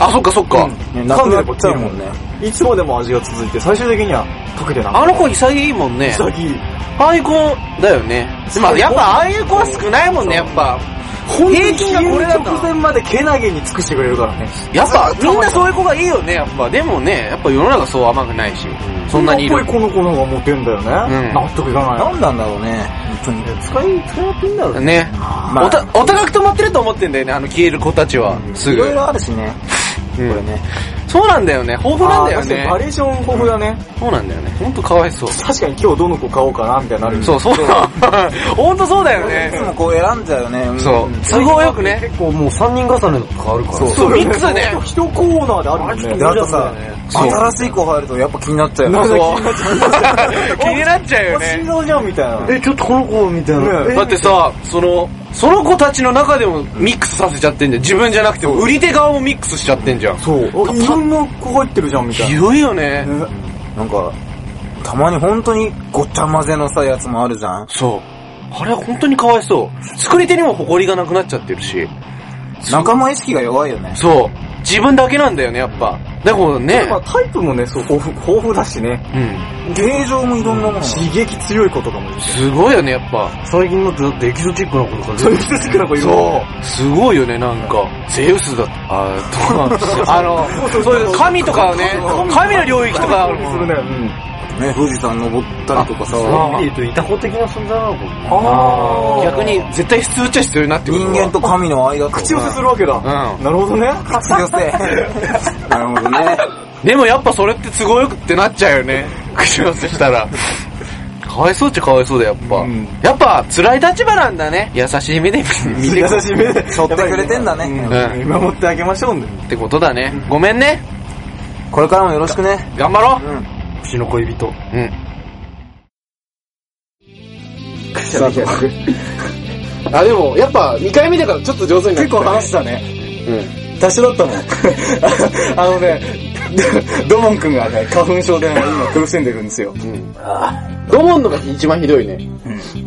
あ、そっかそっか。
ね、な
噛
く
んで
な
れ
っ
ば
ち
消
ゃう
える
も
も
ん
ん
ね。
いつまでも味が続いて最終的には溶けてな
あの子潔いもんね。
潔い。
ああいう子だよね。まあやっぱああいう子は少ないもんね、やっぱ。
本
平均がこれだった
直前までけなげに尽くしてくれるからね。
やっぱみんなそういう子がいいよね、やっぱ。でもね、やっぱ世の中そう甘くないし。そんなにいる
やっ。ぱりこの子の方がモテんだよね。
うん
納得いかない。
なんなんだろうね。本当に。
使い、使いやっていいんだろうね。
ね。
まあ
おた、お高く止まってると思ってんだよね、あの消える子たちは。す
い
ぐ
ろ。いろあるしね。こ
うん
れね。
そうなんだよね、豊富なんだよ
あー確かにバリ
ね。
エーション豊富だね。
そうなんだよね。ほんとかわいそう。
確かに今日どの子買おうかな、みたいになる。
そうそう。 <laughs> ほんとそうだよ
いつ
ね。
もこう選んじゃうよね。
そう。都合よくね。
結構もう3人重ねの変わるから。
そう、ミックスね。
一コーナーであるもんね。
で、あとさ、
そう
新しい子入るとやっぱ気になっちゃうよね。
そう。気になっちゃうよ
新
ね。
顔じゃんみたいな。え、ちょっとこの子みたいな。
だってさ、その、その子たちの中でもミックスさせちゃってんじゃん。自分じゃなくても、売り手側もミックスしちゃってんじゃん。
そう。お自分の子入ってるじゃんみたい
ひ
な。
どいよね。
なんか、たまに本当にごっちゃ混ぜのさ、やつもあるじゃん。
そう。あれは本当にかわいそう。作り手にも誇りがなくなっちゃってるし。
仲間意識が弱いよね。
そう。自分だけなんだよね、やっぱ。だからね。
まあタイプもね、そう、豊富豊富だしね。
うん。
形状もいろんなものが。
刺激強い子とかもいる。
すごいよね、やっぱ。
最近のってだってエキゾチックな子とかそうエキゾチックな子いる。
そう。すごいよね、なんか。ゼウスだあーと
<laughs>
か、あの、そういう神とかね、神の領域とかあるもん。
ね、富士山登ったりとか
あ
さ、
そう
見るとイタコ的な存在なのかも。
逆に絶対必要っちゃ必要になってくる
人間と神の間とか。
口寄せするわけだ。
う
なるほどね。
口寄
<laughs>
せ。なるほどね。
んでもやっぱそれって都合よくってなっちゃうよね <laughs> 口寄せしたらかわいそうっちゃかわいそうだよやっぱ、
ん
やっぱ辛い立場なんだね優しい目で見見てく
優しい目で。
背負ってくれてんだ
やっ
ね。
ぱりね。うん見守ってあげましょうね。
ってことだねごめんね
これからもよろしくね。
頑張ろ
うん。
うちの恋人。
ううん
あ、でも、やっぱ、2回目だからちょっと上手になった。
結構話したね。うん。多少だったもん。 <laughs> あのね、ドモン君がね、花粉症でね今苦しんでるんですよ。
ドモンのが一番ひどいね。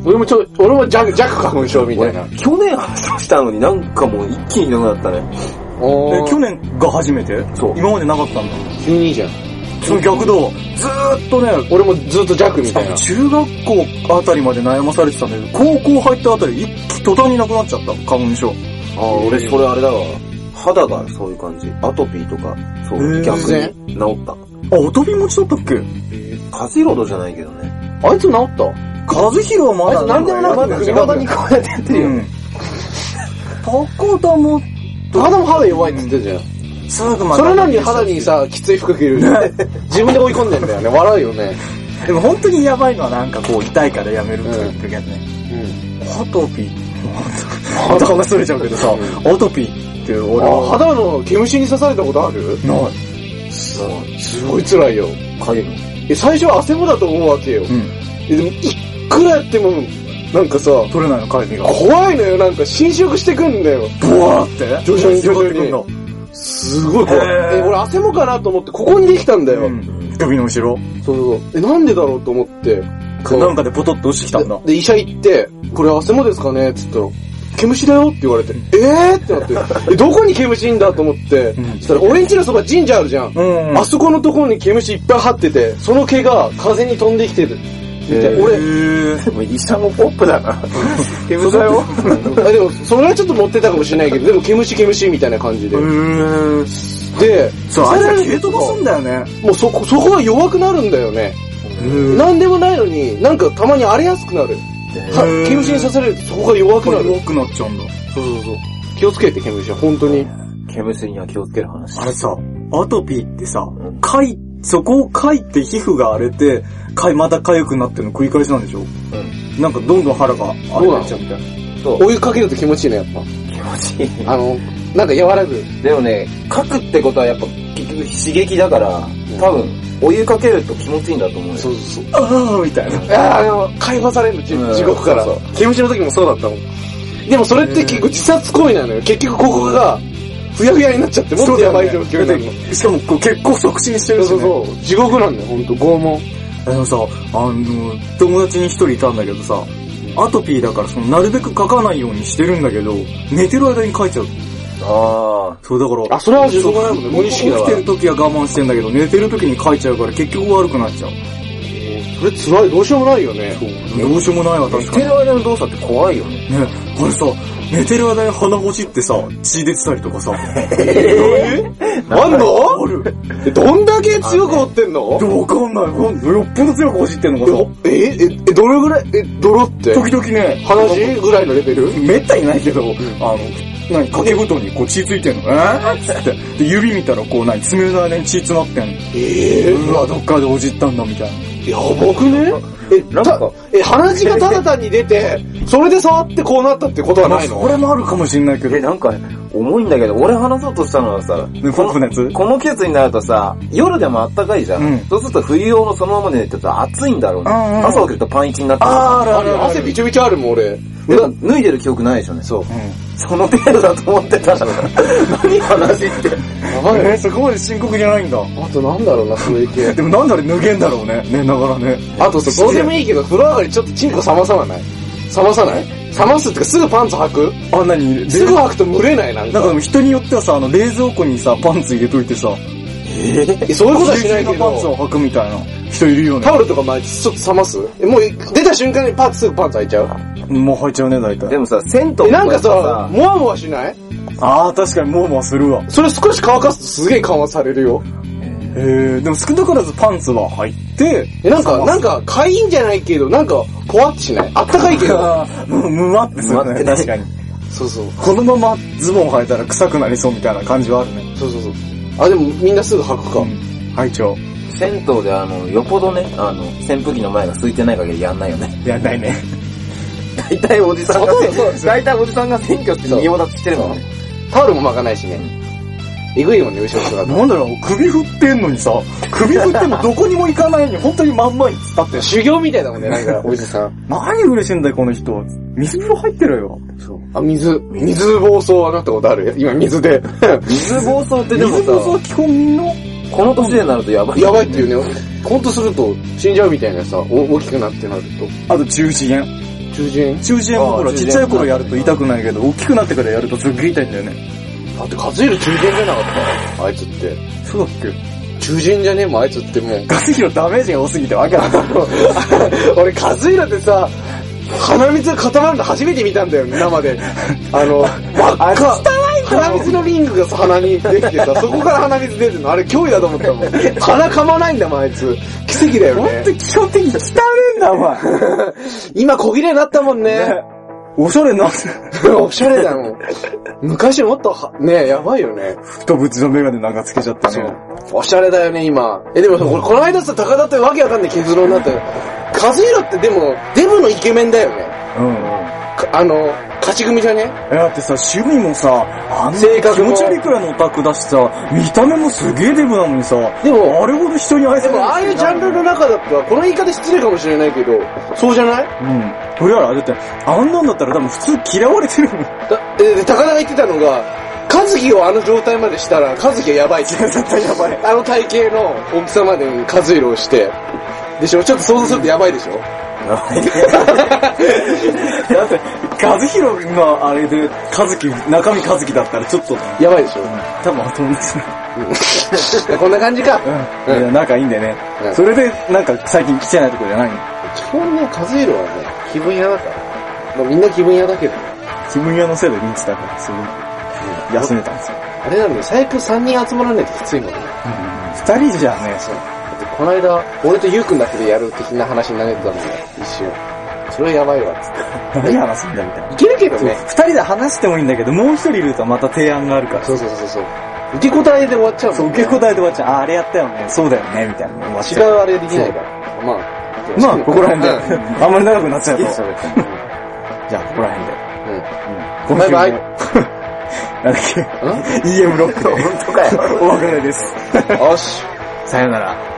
俺もちょ、俺も弱、弱花粉症みたいな。
去年話したのになんかもう一気になくなったね。
え
おー
去年が初めて
そう
今までなかったんだ。
急にいいじゃん。
その逆だわ。ずーっとね、
俺もずっと弱みたいな。
中学校あたりまで悩まされてたんだけど、高校入ったあたり、一気途端になくなっちゃった、花粉症。
ああ、俺それあれだわ。肌がそういう感じ。アトピーとか、そ
へー
う、逆に治った。
あ、おとび持ちだったっけ
風邪ロードじゃないけどね。
あいつ治った
和弘はまだ、
なんでもなくなって、体にこうやってやってるよ。
うん。高田も、
体も肌弱いって言ってたじゃん。
すぐまた
それなのに肌にさ、きつい服着る。自分で追い込んでんだよね。笑うよね。
でも本当にやばいのはなんかこう痛いからやめるって言ってるけどね。
うん。
アトピー。また話それちゃうけどさ、アトピーって俺
あ、
は
肌の毛虫に刺されたことある
肌ない。
すごい辛いよ。
かゆいの
え最初は汗もだと思うわけよ。
うん。
えでも、いくらやっても、なんかさ、
取れないの、カルビが。
怖いのよ、なんか侵食してくんだよ。
ブワーって
徐々に徐々に
広がって
すごい怖い。
へー
え、俺汗もかなと思って、ここにできたんだ
く
よ。
んだ。うん。首の後ろ。
そうそう。え、なんでだろうと思って。
なんかでポトッと落ちてきたんだ。
で、医者行って、これ汗もですかねつったら、毛虫だよって言われて、えーって
<laughs>
なって、え、どこに毛虫いんだと思って、
ん
そしたら、俺んちのそば神社あるじゃん。
うん
あそこのところに毛虫いっぱい張ってて、その毛が風に飛んできてる。で俺、
でも医者もポップだ
<laughs>
な。
毛虫だよ。
<laughs> あでも、それはちょっと持ってたかもしれないけど、でも、毛虫毛虫みたいな感じで。で、
そう、あれ毛飛ばすんだよね。
もうそこ、そこは弱くなるんだよね。なんでもないのに、なんかたまに荒れやすくなる。は毛虫に刺されるとそこが弱く
こ
な
れ
る。
多くなっちゃうんだ。
そうそうそう。気をつけて、毛虫は、本当に。
ケムスには気をつける話。
あれさ、アトピーってさ、かい、そこをかいて皮膚が荒れて、かい、また痒くなってるの繰り返しなんでしょうん。なんかどんどん腹が荒れてきちゃうみたいな。
お湯かけると気持ちいいね、やっ
気持ちいい。
ぱ。あの、なんか和らぐ。
でもね、書くってことはやっぱ結局刺激だから、多分、お湯かけると気持ちいいんだと思うよ。
うそうそう。
あーみたいな。
いやあの、解放されるの、じ
うん
地獄から
そう。
毛虫の時もそうだったもん。でもそれって結構自殺行為なのよ。結局ここが、ふやふやになっちゃって、もっとやばい状況になるの。
しかもこう結構促進してるし、ね。
そうそうそう。地獄なんだよ、ほんと、拷問。
あのさ、あの、友達に一人いたんだけどさ、アトピーだからその、なるべく書かないようにしてるんだけど、寝てる間に書いちゃう。
あ
そうだから。
あそれはしょうがないもんね
そう
無意識だ
起
わ
きてる時は我慢してんだけど、寝てる時に書いちゃうから結局悪くなっちゃう。
それ辛い、どうしようもないよね。
どうしようもないわ、
あ。
確
寝
か
て
に。ね、
る間の動作って怖いよね。
あれさ、寝てる間に鼻ほじってさ、血出てたりとかさ。
あんの
ある
えどんだけ強く追ってんの
わかんない。ほんよっぽど強くほじってんのがさ、
え、え、え、どれぐらい、え、泥って。
時々ね、
話ぐらいのレベル
めったにないけど、あの、何、掛け布団にこう血ついてんの、えー、っつって。で、指見たらこう何、爪の間に血詰まってんの。
え
うわ、どっかでほじったんだ、みたい
えやばくねえ、た、え、鼻血がただ単に出て、それで触ってこうなったってことは
な。ま
な
あ、
い
そ
の
れもあるかもしんないけど
え、。なんか、重いんだけど、俺話そうとしたのはさ、
ね、ポップのやつ
この季節になるとさ、夜でも暖かいじゃん。
うん
そうすると冬用のそのままで寝てたら暑いんだろうね。
うんうん
朝起きるとパンイチになってる
ある
あれ、汗びちょびちょあるもん、俺。
でも脱いでる記憶ないでしょね。そう。その程度だと思ってたから。何話って。
やばい
えー、そこまで深刻じゃないんだ。
あとなんだろうな、その系。
でもなんであれ脱げんだろうね。寝ながらね。
あとさ、どうでもいいけど、風呂上がりちょっとチンコ冷まさない冷まさない冷ますってか、すぐパンツ履く
あ、なに、
すぐ履くと蒸れない、な
な
ん
ん
か
か。でも人によってはさ、あの、冷蔵庫にさ、パンツ入れといてさ、
えそういうことはしない
冷
け
のパンツ
ど、
を履くみたいな人いるよね。
タオルとかまあちょっと冷ますえもう出た瞬間にパンツすぐパンツ履いちゃう
もう履いちゃうね、大体。
<laughs> でもさ、銭湯と
えなんか
やっ
さ
ぱ、
もわもわしない
ああ、確かにもうもうするわ。へ
それ少し乾かすとすげえ緩和されるよ。
え、でも少なからずパンツは履いて、
え、なんか、なんか、かいんじゃないけど、なんか、ぽわってしないあったかいけど。
あーもうむわってするね、
むわって
確かに。
<laughs> そうそう。
このままズボン履いたら臭くなりそうみたいな感じはあるね。
そうそうそう。あ、でもみんなすぐ履くか。
履いちゃおう。
銭湯であの、よぽどね、あの、扇風機の前が空いてない限りやんないよね。
やんないね。
大体おじさんが
そうそう、
大体おじさんが選挙して
そう
身を立ちしてるもんね。
タオルも巻かないしね。えぐいもんね、後ろ姿。
なんだろう、首振ってんのにさ、首振ってもどこにも行かないのに、本当にまんまに突っ立ってん
<laughs> 修行みたいだもんね、なん <laughs> か、おじさん。
何嬉しいんだよ、この人。水風呂入ってろよ。
あ、水、水暴走はなったことある今、水で。
水暴走ってでも
水風呂
さ、
は基本の、
この年でなるとやば
<laughs>
い。
やばいっていうね。ほんとすると、死んじゃうみたいなさ、お大きくなってなると。
あと中耳炎。
中耳炎
中耳炎もほ
あ
ら、
あ
ちっちゃい頃やると痛くないけど、大きくなってからやるとすっげえ痛いんだよね。
だって、カズイル中耳炎じゃなかったあいつって。
そうだっけ
中耳炎じゃねえもん、あいつってもう。
ガスヒロダメージが多すぎてわけわかんない。
<laughs> 俺、カズイラってさ、鼻水が固まるの初めて見たんだよ、生で。あの、真っ赤。鼻水のリングがさ、鼻にできて <laughs> さ、そこから鼻水出てるの。あれ、脅威だと思ったもん。鼻噛まないんだもん、あいつ。奇跡だよ
ほ
ね
んと。基本的に汚れんだ、お前。
今、小切れになったもんね。 <laughs>
おしゃれになって。
おしゃれだよ。昔もっとは、ねやばいよね。
太縁のメガネなんかつけちゃったね。
おしゃれだよね、今。え、でもさ、これ、この間さ、高田ってわけわかんない結論になったよ。和弘ってでも、デブのイケメンだよね。
うんうん。
かあの、勝ち組じゃね
えだってさ、趣味もさ、あんな
性格
気
も
持ち悪いくらいのオタクだしさ、見た目もすげえデブなのにさ、
でも
あれほど人に愛さ
で
れ
も、ああいうジャンルの中だったら、この言い方失礼かもしれないけど、そうじゃない
うん。俺ら、だって、あんなんだったら多分普通嫌われてるもん。
だえで、高田が言ってたのが、和樹をあの状態までしたら、和樹はやばいって。絶対やばい。 <laughs> あの体型の大きさまでに和弘をして、でしょちょっと想像するとやばいでしょ
だって、和弘のあれで、和樹、中身和樹だったらちょっと、
やばいでしょ、
多分後にする。
<laughs> こんな感じか。
うん。いや、仲いいんだよね。
うん
それで、なんか最近来てないとこじゃないの
基本ね、和弘はね、気分屋だから。まあみんな気分屋だけど。
気分屋のせいで見てたから、すごい、休めたんですよ。
あれなのよ、最悪3人集まらないときついもんね。
二人じゃね、そう。
だってこの間、俺とゆうくんだけでやる的な話になれてたもんね、一瞬。それはやばいわ、つっ
何話すんだみたいな。
て。いけるけど
そう
ね。
二人で話してもいいんだけど、もう一人いるとまた提案があるから。
そうそうそうそう。受け答えで終わっちゃうもん
そう、受け答えで終わっちゃう。あ、あれやったよね。そうだよね。みたいな。終わっち
違
ゃう。
うあれできないから。まあ、
まあ、ここら辺で。
うん
あんまり長くなっちゃうと。じ
うん
ゃあ、ここら辺で。
うん。バイバイ。
なんだっけ ?EM ロックで。本当かよ。お別れです。
よし。
さよなら。